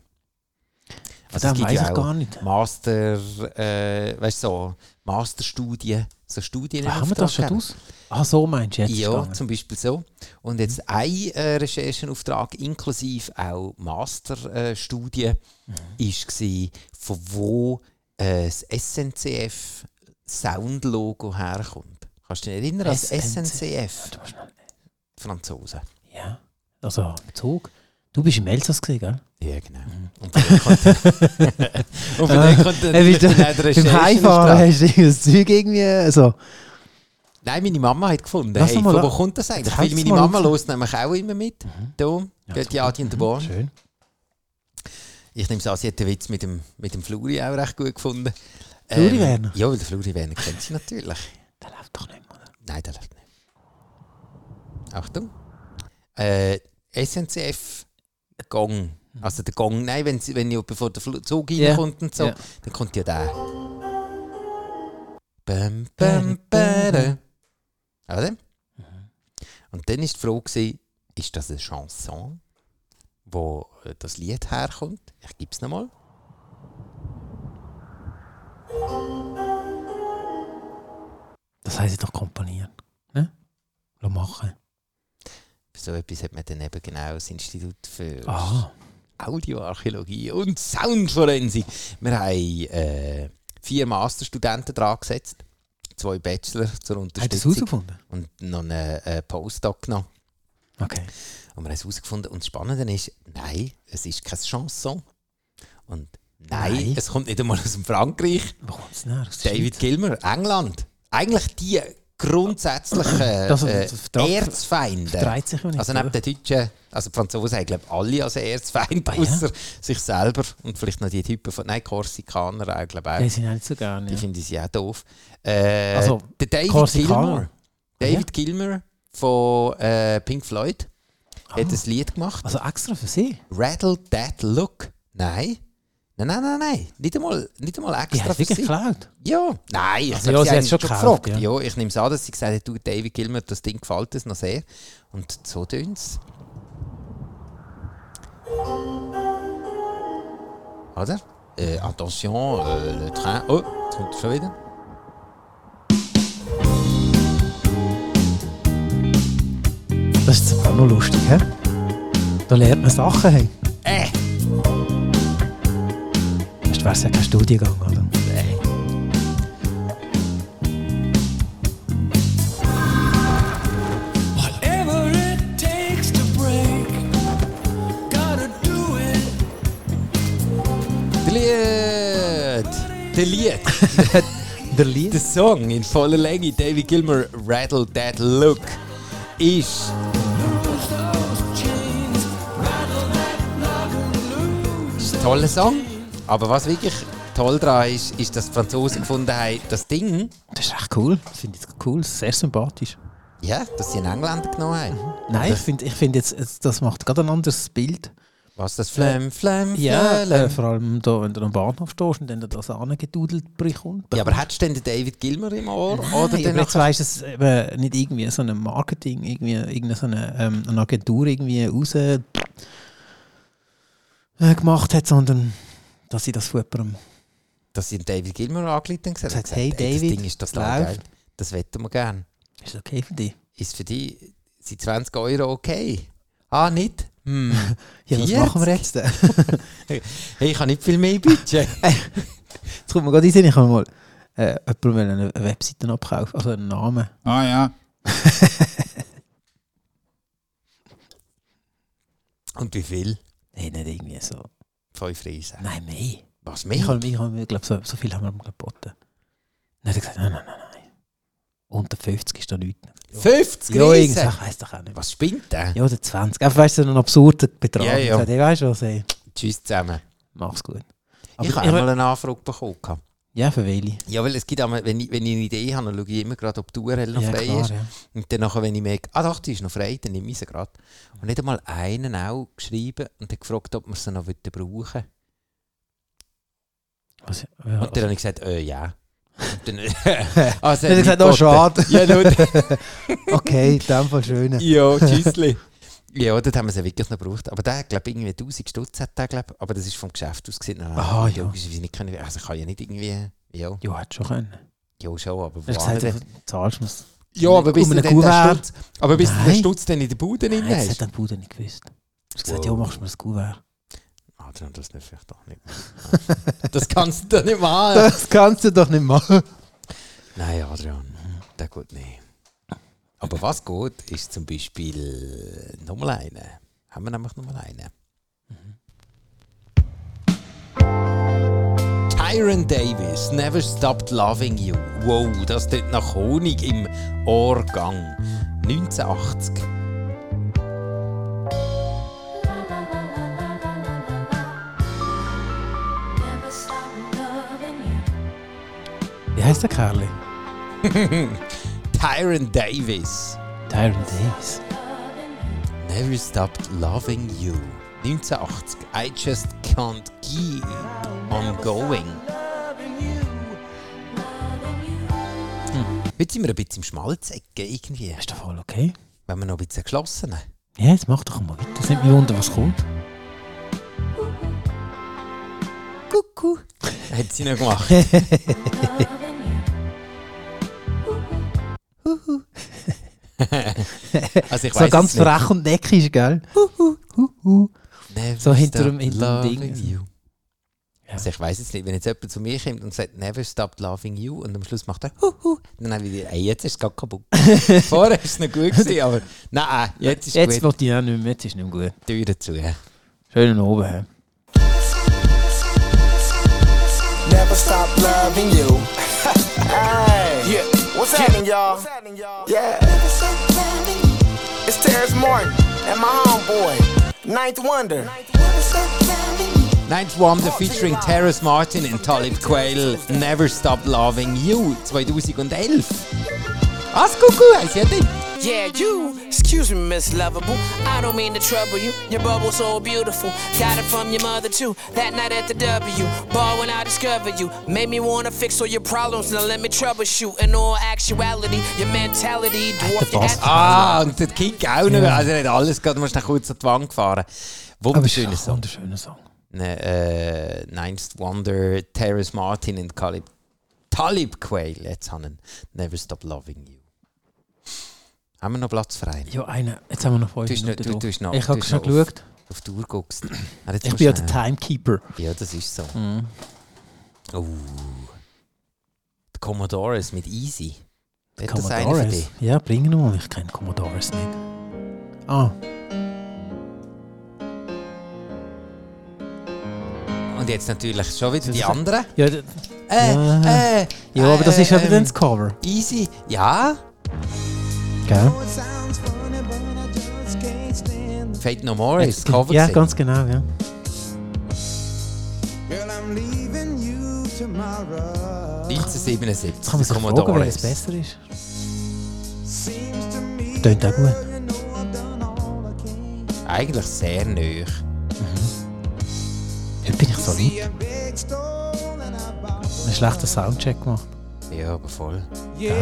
Speaker 3: Also das
Speaker 2: es gibt
Speaker 3: weiß
Speaker 2: ja
Speaker 3: ich
Speaker 2: auch
Speaker 3: gar nicht.
Speaker 2: Master, äh, weißt du, so, Masterstudien, so Studien. in
Speaker 3: Haben wir
Speaker 2: Auftrag
Speaker 3: das schon
Speaker 2: geben.
Speaker 3: aus? Ah, so meinst du jetzt? Mhm.
Speaker 2: Ja,
Speaker 3: gegangen.
Speaker 2: zum Beispiel so. Und jetzt ein äh, Recherchenauftrag inklusive auch Masterstudie äh,
Speaker 3: Mhm.
Speaker 2: war, von wo äh, das SNCF Soundlogo herkommt. Kannst du dich erinnern an das SNCF?
Speaker 3: Warte mal schnell.
Speaker 2: Franzosen.
Speaker 3: Ja. Also, Zug. Du bist im Elsass gesehen, gell?
Speaker 2: Ja, genau. Und von dort kommt, und von dort kommt
Speaker 3: Mhm. Äh, bist du-
Speaker 2: dann auch der eh
Speaker 3: Beim Heimfahren
Speaker 2: Recherchenauftrag.
Speaker 3: hast du das Zeug irgendwie also, so.
Speaker 2: Nein, meine Mama hat gefunden.
Speaker 3: Lass
Speaker 2: Hey,
Speaker 3: mal
Speaker 2: von wo
Speaker 3: an-
Speaker 2: kommt das eigentlich?
Speaker 3: Jetzt
Speaker 2: Weil
Speaker 3: halt's
Speaker 2: meine
Speaker 3: mal
Speaker 2: Mama
Speaker 3: auf. Mhm.
Speaker 2: los nämlich auch immer mit. Da, geht die Adi und der Born.
Speaker 3: Schön.
Speaker 2: Ich nehme es an, sie hat den Witz mit dem, mit dem Fluri auch recht gut gefunden. Ähm,
Speaker 3: Fluri Werner?
Speaker 2: Ja, weil der Fluri Werner kennt sie natürlich.
Speaker 3: Der läuft doch nicht, oder?
Speaker 2: Nein, der läuft nicht. Achtung. Äh, SNCF Gong. Also der Gong, nein, wenn, sie- wenn ja, bevor der Fl- Zug
Speaker 3: Mhm. Ja,
Speaker 2: reinkommt und so,
Speaker 3: ja.
Speaker 2: dann kommt ja der. Bam, bam, bam. Oder?
Speaker 3: Mhm.
Speaker 2: Und dann war die Frage, gewesen, ist das eine Chanson, wo äh, das Lied herkommt? Ich gebe es nochmal.
Speaker 3: Das heisst doch komponieren. Ne? Lass machen.
Speaker 2: Für so etwas hat man dann eben genau das Institut für
Speaker 3: Ah.
Speaker 2: Audioarchäologie und Soundforensik. Wir haben äh, vier Masterstudenten dran gesetzt, zwei Bachelor zur
Speaker 3: Hat er es
Speaker 2: Unterstützung
Speaker 3: herausgefunden?
Speaker 2: und noch einen äh, Postdoc genommen.
Speaker 3: Okay.
Speaker 2: Und wir haben es herausgefunden. Und das Spannende ist, nein, es ist kein Chanson. Und nein,
Speaker 3: Nein.
Speaker 2: es kommt nicht einmal aus dem Frankreich.
Speaker 3: Wo kommt es näher? Aus der
Speaker 2: David
Speaker 3: Schweiz?
Speaker 2: Gilmer, England. Eigentlich die grundsätzlichen
Speaker 3: Das-
Speaker 2: äh,
Speaker 3: das vertra-
Speaker 2: Erzfeinde.
Speaker 3: Dreht sich ja nicht.
Speaker 2: Also neben
Speaker 3: oder?
Speaker 2: den Deutschen, also die Franzosen haben glaube ich alle als Erzfeind,
Speaker 3: Ah, ja.
Speaker 2: außer sich selber und vielleicht noch die Typen von, nein, Korsikaner auch, glaube ich auch.
Speaker 3: Die sind nicht so gerne.
Speaker 2: Die
Speaker 3: Ja.
Speaker 2: finde ich ja auch doof. Äh,
Speaker 3: Also,
Speaker 2: der David
Speaker 3: Korsikaner.
Speaker 2: Gilmour, David Gilmour von äh, Pink Floyd,
Speaker 3: Ah.
Speaker 2: hat ein Lied gemacht.
Speaker 3: Also extra für sie.
Speaker 2: Rattle That Look. Nein, Nein, nein, nein, nein. Nicht einmal, nicht einmal
Speaker 3: Die
Speaker 2: extra
Speaker 3: hat wirklich
Speaker 2: sie.
Speaker 3: geklaut.
Speaker 2: Ja, nein, ich
Speaker 3: Also
Speaker 2: hab
Speaker 3: ja, sie
Speaker 2: eigentlich
Speaker 3: hat's schon gekauft,
Speaker 2: gefragt. Ja. ich nehme es an, dass sie gesagt hat, du, David Gilmer, das Ding gefällt uns noch sehr. Und so tönt es. Oder? Äh, attention, äh, le train. Oh, jetzt kommt er schon wieder.
Speaker 3: Das ist auch noch lustig, hä? Da lernt man Sachen, hey.
Speaker 2: Äh,
Speaker 3: Weißt du, wär's ja kein Studiengang, oder?
Speaker 5: Whatever it takes to break, gotta do it.
Speaker 2: der Lied! Der Lied!
Speaker 3: Der Lied.
Speaker 2: Der Song in voller Länge, David Gilmer, Rattle That Look, ist
Speaker 5: Lose those chains, rattle that lock and loose.
Speaker 2: Ist ein toller Song. Aber was wirklich toll daran ist, ist, dass die Franzosen gefunden haben, das Ding,
Speaker 3: Das ist echt cool. Ich finde es cool. Sehr sympathisch.
Speaker 2: ja, dass sie einen Engländer genommen haben.
Speaker 3: Nein, ich finde ich find jetzt, jetzt- das macht gerade ein anderes Bild.
Speaker 2: Was das Flam, Flam,
Speaker 3: Ja, äh,
Speaker 2: Flam.
Speaker 3: vor allem da, wenn du am Bahnhof stehst und dann da das angedudelt bekommst.
Speaker 2: Ja, aber hättest du denn den David Gilmer im Ohr? Oder
Speaker 3: Nein,
Speaker 2: den
Speaker 3: aber jetzt weisst du, dass eben nicht irgendwie so ein Marketing, irgendwie irgendeine so eine, ähm, eine Agentur irgendwie raus äh, gemacht hat, sondern dass sie das von jemandem...
Speaker 2: dass sie den David Gilmer angeleitet haben? und gesagt
Speaker 3: Sagt,
Speaker 2: haben,
Speaker 3: hey,
Speaker 2: das
Speaker 3: David,
Speaker 2: Ding ist das
Speaker 3: läuft.
Speaker 2: geil. Das wetten wir gern.
Speaker 3: Ist das okay für dich?
Speaker 2: Ist für dich, sind 20 Euro okay? Ah, nicht? Hm.
Speaker 3: Ja, was
Speaker 2: 40?
Speaker 3: machen wir jetzt? denn?
Speaker 2: Hey, ich habe nicht viel mehr Budget.
Speaker 3: Jetzt kommt mir gerade in den Sinn, ich habe mal äh, jemandem wollte eine eine Webseite abkaufen, also einen Namen.
Speaker 7: Ah ja.
Speaker 2: Und wie viel?
Speaker 3: Nein, nicht irgendwie so.
Speaker 2: Fünf Riesen.
Speaker 3: Nein, mehr.
Speaker 2: Was
Speaker 3: Ich
Speaker 2: mehr?
Speaker 3: habe, ich habe, glaube so, so viel haben wir ihm geboten. Dann hat er gesagt, nein, nein, nein, nein. Unter 50 ist da nichts.
Speaker 2: 50
Speaker 3: Ja,
Speaker 2: Riesen?
Speaker 3: irgendwas heisst doch auch nicht.
Speaker 2: Was spinnt der?
Speaker 3: Ja, oder 20. Einfach, weißt du, so einen absurden Betrag.
Speaker 2: Ja, ja.
Speaker 3: Und gesagt, hey, weißt du was, ey,
Speaker 2: Tschüss zusammen.
Speaker 3: mach's gut.
Speaker 2: ich habe einmal eine Anfrage bekommen. gehabt.
Speaker 3: ja, für welche?
Speaker 2: Ja, weil es gibt einmal, wenn ich, wenn ich eine Idee habe, dann schaue ich immer gerade, ob die URL noch
Speaker 3: Ja,
Speaker 2: frei
Speaker 3: klar,
Speaker 2: ist.
Speaker 3: ja.
Speaker 2: Und dann, nachher, wenn ich merke, ah doch, die ist noch frei, dann nehme ich sie gerade. Und nicht einmal einen auch geschrieben und dann gefragt, ob wir sie noch wollen brauchen
Speaker 3: Was, ja,
Speaker 2: Und dann habe ich gesagt, äh, ja. Und dann, also,
Speaker 3: Dann Also- hat er gesagt, oh, schade.
Speaker 2: Ja, nur,
Speaker 3: okay, in dem Fall schön.
Speaker 2: ja, tschüssli. Ja, dort haben wir sie wirklich noch gebraucht. Aber der, glaube irgendwie 1000 Stutz hat der, glaube Aber das ist vom Geschäft aus gesehen. Ah,
Speaker 3: Aha, Ah, ja.
Speaker 2: Logischerweise nicht können, also ich kann ja nicht irgendwie, ja,
Speaker 3: Ja, hätte schon können.
Speaker 2: ja schon, aber
Speaker 3: Er
Speaker 2: woanders-
Speaker 3: hat gesagt, du zahlst mir es.
Speaker 2: Ja,
Speaker 3: Um
Speaker 2: aber bis
Speaker 3: einen
Speaker 2: du dann den
Speaker 3: Kuvert.
Speaker 2: Stutz, aber bis du den
Speaker 3: Nein.
Speaker 2: Stutz dann in der Bude rein
Speaker 3: Nein, das
Speaker 2: hast.
Speaker 3: hat der Bruder nicht gewusst. Er hat gesagt,
Speaker 2: Wow.
Speaker 3: ja, machst du mir das Gouverne.
Speaker 2: Ah, dann das nicht vielleicht doch nicht. das kannst du doch nicht machen.
Speaker 3: Das kannst du doch nicht machen.
Speaker 2: Nein, Adrian, der geht nicht. Aber was geht, ist zum Beispiel nochmal eine. Haben wir nämlich nochmal eine. Mhm. Tyron Davis, Never Stopped Loving You. Wow, das tut nach Honig im Ohrgang. 1980.
Speaker 5: Never stop loving you.
Speaker 3: Wie heisst der Kerl?
Speaker 2: Tyron Davis.
Speaker 3: Tyron Davis.
Speaker 2: Never Stopped Loving You. 1980. I just can't keep on going. Jetzt sind wir ein bisschen im Schmalzecken irgendwie.
Speaker 3: Ist doch voll okay.
Speaker 2: Wenn wir noch ein bisschen geschlossen haben.
Speaker 3: Ja, jetzt mach doch mal weiter. Es nimmt mich wunder, was kommt.
Speaker 2: Kuckuck. Hat sie noch gemacht. also ich
Speaker 3: So
Speaker 2: weiss
Speaker 3: ganz
Speaker 2: es nicht.
Speaker 3: frech und neckisch, gell? Huhu, huhu.
Speaker 2: Never
Speaker 3: So hinter dem-
Speaker 2: stop
Speaker 3: hinter dem
Speaker 2: loving
Speaker 3: Ding.
Speaker 2: You.
Speaker 3: Ja.
Speaker 2: Also ich weiß jetzt nicht, wenn jetzt jemand zu mir kommt und sagt Never stop loving you und am Schluss macht er Huhu, dann habe ich wieder, ey, jetzt ist es gerade kaputt. Vorher ist es noch gut gewesen, aber nein, jetzt ist es
Speaker 3: Jetzt
Speaker 2: gut.
Speaker 3: wollte ich auch nicht mehr. Jetzt ist nicht mehr gut.
Speaker 2: Türen zu. ja.
Speaker 3: Schönen Abend. hä?
Speaker 8: Never stop loving you. hey. Yeah. What's happening, y'all? Yeah. It's Terrence Martin and my homeboy, Ninth Wonder.
Speaker 2: Ninth Wonder featuring Terrace Martin and Talib Quayle Never stop loving you 2011. Ah, das Kuckuck, heisst ja dort.
Speaker 7: Yeah, you. Excuse me, Miss Lovable. I don't mean to trouble you. Your bubble's so beautiful. Got it from your mother too. That night at the W. Bar when I discovered you. Made me wanna fix all your problems. Now let me troubleshoot. In all actuality, your mentality dwarf your attitude.
Speaker 2: Ah, und der Kick auch noch. Also er hat alles gerade, musst noch kurz an die Wand gefahren. Wunderschöner Song.
Speaker 3: wunderschöner Song.
Speaker 2: Ne, äh, Ninth Wonder, Terrace Martin und Calib, Talib Quayle. Jetzt haben wir ihn. Never Stop Loving You. Haben wir noch Platz frei?
Speaker 3: Ja, einer. Jetzt haben wir noch fünf
Speaker 2: Du hast noch-
Speaker 3: Minuten.
Speaker 2: du-
Speaker 3: da.
Speaker 2: du hast noch-
Speaker 3: ich
Speaker 2: du
Speaker 3: habe
Speaker 2: hast
Speaker 3: schon
Speaker 2: noch auf-
Speaker 3: geschaut.
Speaker 2: Auf die Uhr guckst. Ah, jetzt
Speaker 3: Ich
Speaker 2: musst
Speaker 3: bin ja Mhm.
Speaker 2: du-
Speaker 3: der Timekeeper.
Speaker 2: Ja, das ist so. Oh. Die Commodores mit Easy. Hat das einer für dich?
Speaker 3: Commodores. Ja, bring ihn mal. Ich kenne Commodores nicht. Ah,
Speaker 2: Und jetzt natürlich schon wieder die
Speaker 3: ist-
Speaker 2: anderen.
Speaker 3: ja, d-
Speaker 2: Äh,
Speaker 3: Ja.
Speaker 2: äh,
Speaker 3: ja aber das ist
Speaker 2: äh,
Speaker 3: eben dann
Speaker 2: ähm,
Speaker 3: das Cover.
Speaker 2: Easy, ja.
Speaker 3: Gell?
Speaker 2: Fate No More ist das Cover.
Speaker 3: Ja,
Speaker 2: gewesen.
Speaker 3: ganz genau, ja.
Speaker 4: Girl, I'm leaving you tomorrow.
Speaker 2: 1977.
Speaker 3: Jetzt kann man
Speaker 2: die
Speaker 3: sich fragen,
Speaker 2: Commodores.
Speaker 3: welches besser ist.
Speaker 4: Seems to me,
Speaker 3: Tönt auch gut.
Speaker 4: you know I've done all I can.
Speaker 2: Eigentlich sehr nöch.
Speaker 3: Heute bin ich so lieb.
Speaker 4: A big stone and I bought
Speaker 3: Einen schlechten Soundcheck gemacht.
Speaker 2: Ja, aber voll.
Speaker 4: Yeah.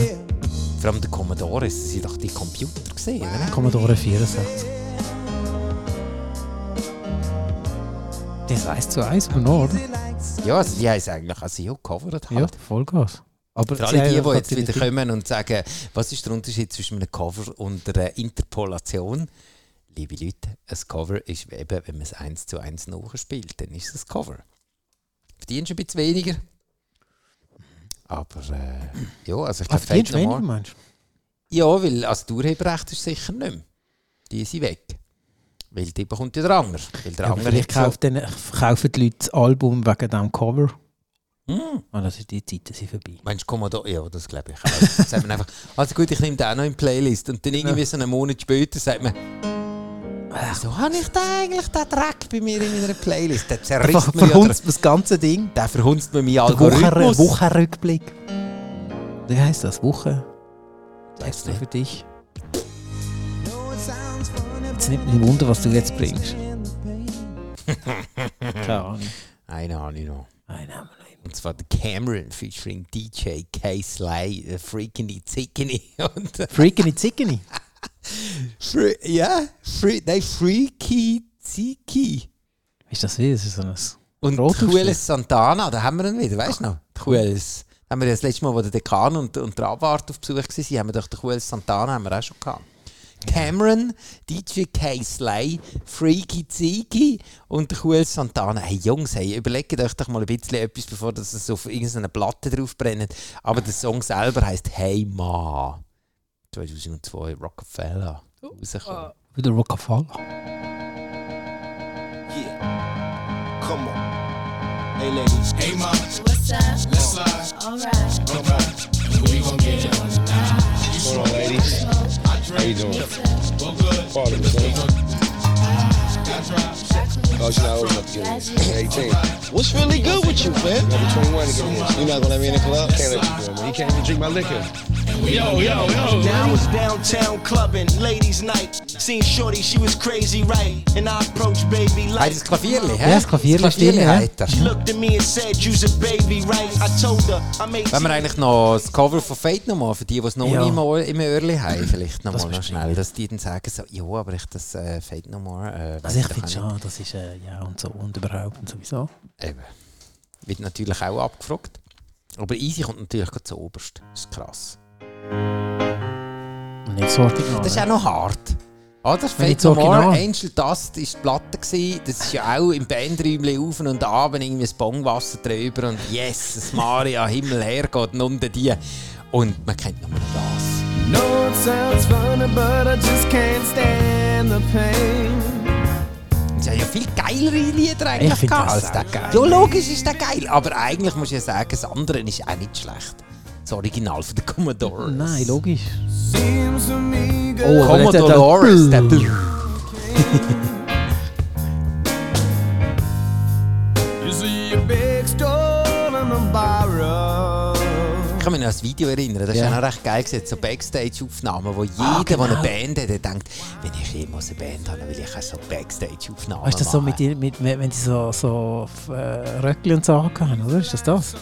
Speaker 2: Vor allem der Commodores, das sind doch die Computer gesehen, oder?
Speaker 3: Commodore 64. Das 1 zu 1 aber noch, oder?
Speaker 2: Ja, also die haben es eigentlich also ja gecovert
Speaker 3: Ja,
Speaker 2: halt.
Speaker 3: Vollgas. Aber
Speaker 2: Für
Speaker 3: sie
Speaker 2: alle die,
Speaker 3: haben
Speaker 2: die jetzt
Speaker 3: natürlich-
Speaker 2: wieder kommen und sagen, was ist der Unterschied zwischen einem Cover und einer Interpolation? Liebe Leute, ein Cover ist eben, wenn man es eins zu eins nachspielt, dann ist es ein Cover. Verdienst du ein bisschen weniger. Aber äh, ja, also ich
Speaker 3: Ah,
Speaker 2: glaube, Fate
Speaker 3: verdienst du
Speaker 2: No
Speaker 3: weniger,
Speaker 2: More.
Speaker 3: meinst du?
Speaker 2: Ja, weil als Urheberrecht ist sicher nicht mehr. Die sind weg. Weil die bekommt ja der andere. Weil der
Speaker 3: Ja, aber
Speaker 2: andere
Speaker 3: vielleicht
Speaker 2: hat schon-
Speaker 3: kaufen, dann, kaufen die Leute das Album wegen diesem Cover.
Speaker 2: Hm.
Speaker 3: Ah, das ist die Zeiten sind vorbei.
Speaker 2: Meinst du Commodore? Ja, das glaube ich auch. sagt man einfach, also gut, ich nehme den auch noch in die Playlist. Und dann irgendwie so einen Monat später sagt man, wieso habe ich da eigentlich den Dreck bei mir in meiner Playlist? Der zerrisst mir ja, der,
Speaker 3: das ganze Ding.
Speaker 2: der verhunzt mir meinen
Speaker 3: Der Wochen,
Speaker 2: Algorithmus.
Speaker 3: Wochenrückblick. Wie heisst das? Woche?
Speaker 2: Weiss
Speaker 3: Extra
Speaker 2: nicht.
Speaker 3: für dich. Jetzt nimmt mich Wunder, was du jetzt bringst. Keine Ahnung.
Speaker 2: Einen habe ich noch.
Speaker 3: Nein, nehmen wir nicht.
Speaker 2: Und zwar der Cameron featuring DJ K. Sly, äh, Freakini Zickini. Und, äh,
Speaker 3: Freakini Zickini.
Speaker 2: Fre ja, Fre nein, Freaky Ziki.
Speaker 3: Ist das wie? Das ist so ein...
Speaker 2: Und
Speaker 3: Rotaufstieg.
Speaker 2: Jueles Santana, da haben wir ihn wieder, weißt du noch? Jueles. Haben wir das letzte Mal, wo der Dekan und, und der Abwart auf Besuch waren, haben wir doch den Jueles Santana haben wir auch schon gehabt. Cameron, DJ K. Sly, Freaky Ziki und der Jueles Santana. Hey Jungs, hey, überlegt euch doch mal ein bisschen etwas, bevor das es auf irgendeine Platte drauf brennt. Aber der Song selber heisst Hey Ma. 2002 Rockefeller. Rausgekommen.
Speaker 3: Wie der Rockefeller.
Speaker 8: Come on.
Speaker 4: Hey, ladies. Hey, ma.
Speaker 9: What's up?
Speaker 4: Let's slide.
Speaker 9: Alright.
Speaker 4: All right. We gon' get it on the What's going on, ladies? I drink. How you doing? Well, good. Party,
Speaker 9: Oh, she's not
Speaker 4: old
Speaker 9: enough to get
Speaker 10: What's really good with you, man?
Speaker 4: Between one
Speaker 10: You're not gonna let me in the club? Can't let you do it, man. You can't even drink my liquor.
Speaker 4: Yo, yo, yo.
Speaker 10: Now
Speaker 4: Now
Speaker 10: I
Speaker 4: it's
Speaker 10: was
Speaker 4: downtown clubbing, ladies' night. Seen Shorty, she was crazy, right? And I approached baby
Speaker 2: Ah,
Speaker 4: like.
Speaker 2: das Klavierli, hä?
Speaker 3: Ja, das Klavierli stimmt, ja.
Speaker 2: hat er.
Speaker 4: She looked at me and said, "You's a baby, right?" I told her I made.
Speaker 2: Wenn wir eigentlich noch das Cover von Fate nochmal, für die, die es noch
Speaker 3: Ja.
Speaker 2: nicht im, Ohr, im Öhrli haben, vielleicht
Speaker 3: Das
Speaker 2: nochmal noch
Speaker 3: bestimmt.
Speaker 2: schnell, dass die dann sagen, so, ja, aber ich das äh, Fate nochmal. Äh,
Speaker 3: Also ich
Speaker 2: weiss
Speaker 3: finde
Speaker 2: doch auch
Speaker 3: schon, das ist... Äh, ja und so und überhaupt und sowieso.
Speaker 2: nicht. Eben. Wird natürlich auch abgefragt. Aber Easy kommt natürlich gerade zuoberst. Das ist krass.
Speaker 3: Und nicht so artig
Speaker 2: Das ist auch noch hart. Oder?
Speaker 3: Wenn
Speaker 2: Fate
Speaker 3: ich
Speaker 2: No
Speaker 3: das
Speaker 2: More,
Speaker 3: Original-
Speaker 2: Angel Dust war die Platte. Gewesen. Das ist ja auch im Bandräumchen auf und ab, irgendwie das Bongwasser drüber und yes, das Maria, Himmel hergeht und unter die. Und man kennt nur noch das.
Speaker 5: No, it sounds funny, but I just can't stand the pain.
Speaker 2: Sie haben ja viel geilere Lieder
Speaker 3: Ich
Speaker 2: eigentlich
Speaker 3: find
Speaker 2: gehabt als
Speaker 3: das auch
Speaker 2: der geil. Ja, logisch ist der geil, aber eigentlich muss ich ja sagen, das andere ist auch nicht schlecht. Das Original von den Commodores.
Speaker 3: Nein, logisch.
Speaker 5: Seems to me, girl,
Speaker 3: Oh, aber der- der-
Speaker 2: Commodores, der
Speaker 5: you see a big store and a borrow.
Speaker 2: kann mich noch an das Video erinnern. Das
Speaker 3: Ja.
Speaker 2: ist ja noch recht geil. Gewesen. So Backstage-Aufnahmen, wo jeder,
Speaker 3: genau.
Speaker 2: der eine Band hat, der denkt, wenn ich jemals eine Band habe, dann will ich auch so Backstage-Aufnahmen
Speaker 3: Weißt du, das so mit,
Speaker 2: machen.
Speaker 3: ihr- mit, wenn wenn sie so, so äh, Röckli und Sachen hatten, oder? Ist das das?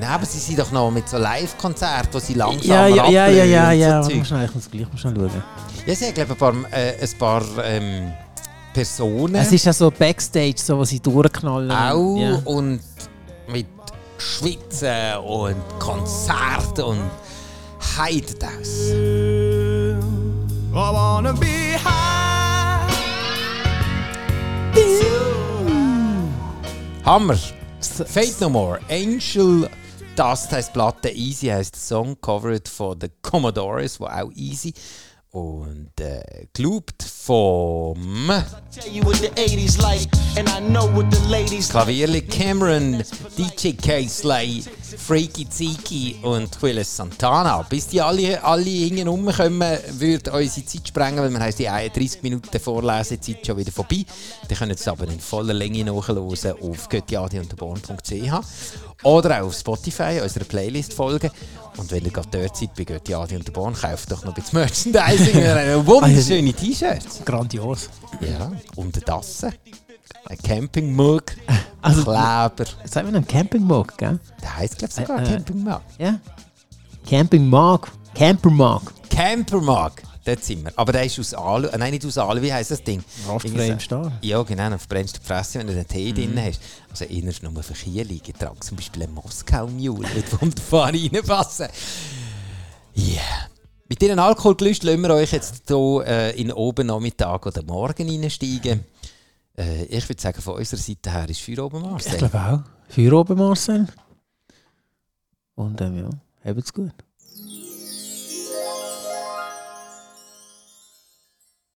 Speaker 2: Nein, aber sie sind doch noch mit so Live-Konzerten, wo sie langsam
Speaker 3: Ja, ja, ja, ja,
Speaker 2: rappeln
Speaker 3: ja,
Speaker 2: und so
Speaker 3: ja.
Speaker 2: Zeug.
Speaker 3: Warte mal schnell, ich muss gleich mal schnell schauen.
Speaker 2: Ja, sie haben, glaube ich, ein paar, äh, ein paar ähm, Personen.
Speaker 3: Es ist ja so Backstage, so, wo sie durchknallen.
Speaker 2: auch
Speaker 3: Ja.
Speaker 2: und mit Schwitzen und Konzerten und heidet aus.
Speaker 5: I wanna be high.
Speaker 2: Hammer! Fate No More, Angel Dust heisst Platte, Easy heisst der Song, covered von The Commodores, wo auch Easy. Und äh, gelobt vom
Speaker 11: Tell you what the 80s like, and I know what the ladies
Speaker 2: Klavierli Cameron, DJ K-Slay, Freaky Ziki und Willis Santana. Bis die alle, alle hingen rumkommen, würde unsere Zeit sprengen, weil wir haben die 31 Minuten Vorlesezeit schon wieder vorbei. Die können es aber in voller Länge nachhören auf göttiadiunterborn.ch oder auch auf Spotify, unserer Playlist folgen. Und wenn ihr gerade dort seid bei Göttiadi und der Born, kauft doch noch ein bisschen Merchandising. Wir haben wunderschöne T-Shirts.
Speaker 3: Grandios.
Speaker 2: Ja, und eine Tasse. Ein Campingmug.
Speaker 3: Also-
Speaker 2: Kleber.
Speaker 3: Sagt man einen Campingmog, gell?
Speaker 2: Der heisst, glaube ich, sogar
Speaker 3: Äh, äh.
Speaker 2: Campingmug.
Speaker 3: Ja. Campingmog. Campermog.
Speaker 2: Campermug. Dort sind wir. Aber der ist aus Alu. äh, Nein, nicht aus Alu. Wie heisst das Ding?
Speaker 3: Auf Mhm. dem
Speaker 2: Irgendwie so-
Speaker 3: Bremsstahl.
Speaker 2: Ja, genau. Dann verbrennst du die Fresse, wenn du den Tee drin hast. Also, innerst ist nur für Kiel getragen. Zum Beispiel ein Moskau-Mule, der wunderbar reinpassen. Yeah. Mit diesen Alkoholgelüsten lassen wir euch jetzt hier äh, in oben Nachmittag oder morgen reinsteigen. Äh, ich würde sagen, von unserer Seite her ist Feuer oben Marcel.
Speaker 3: Ich glaube auch. Für oben, Marcel. Und ähm, ja, habt's gut.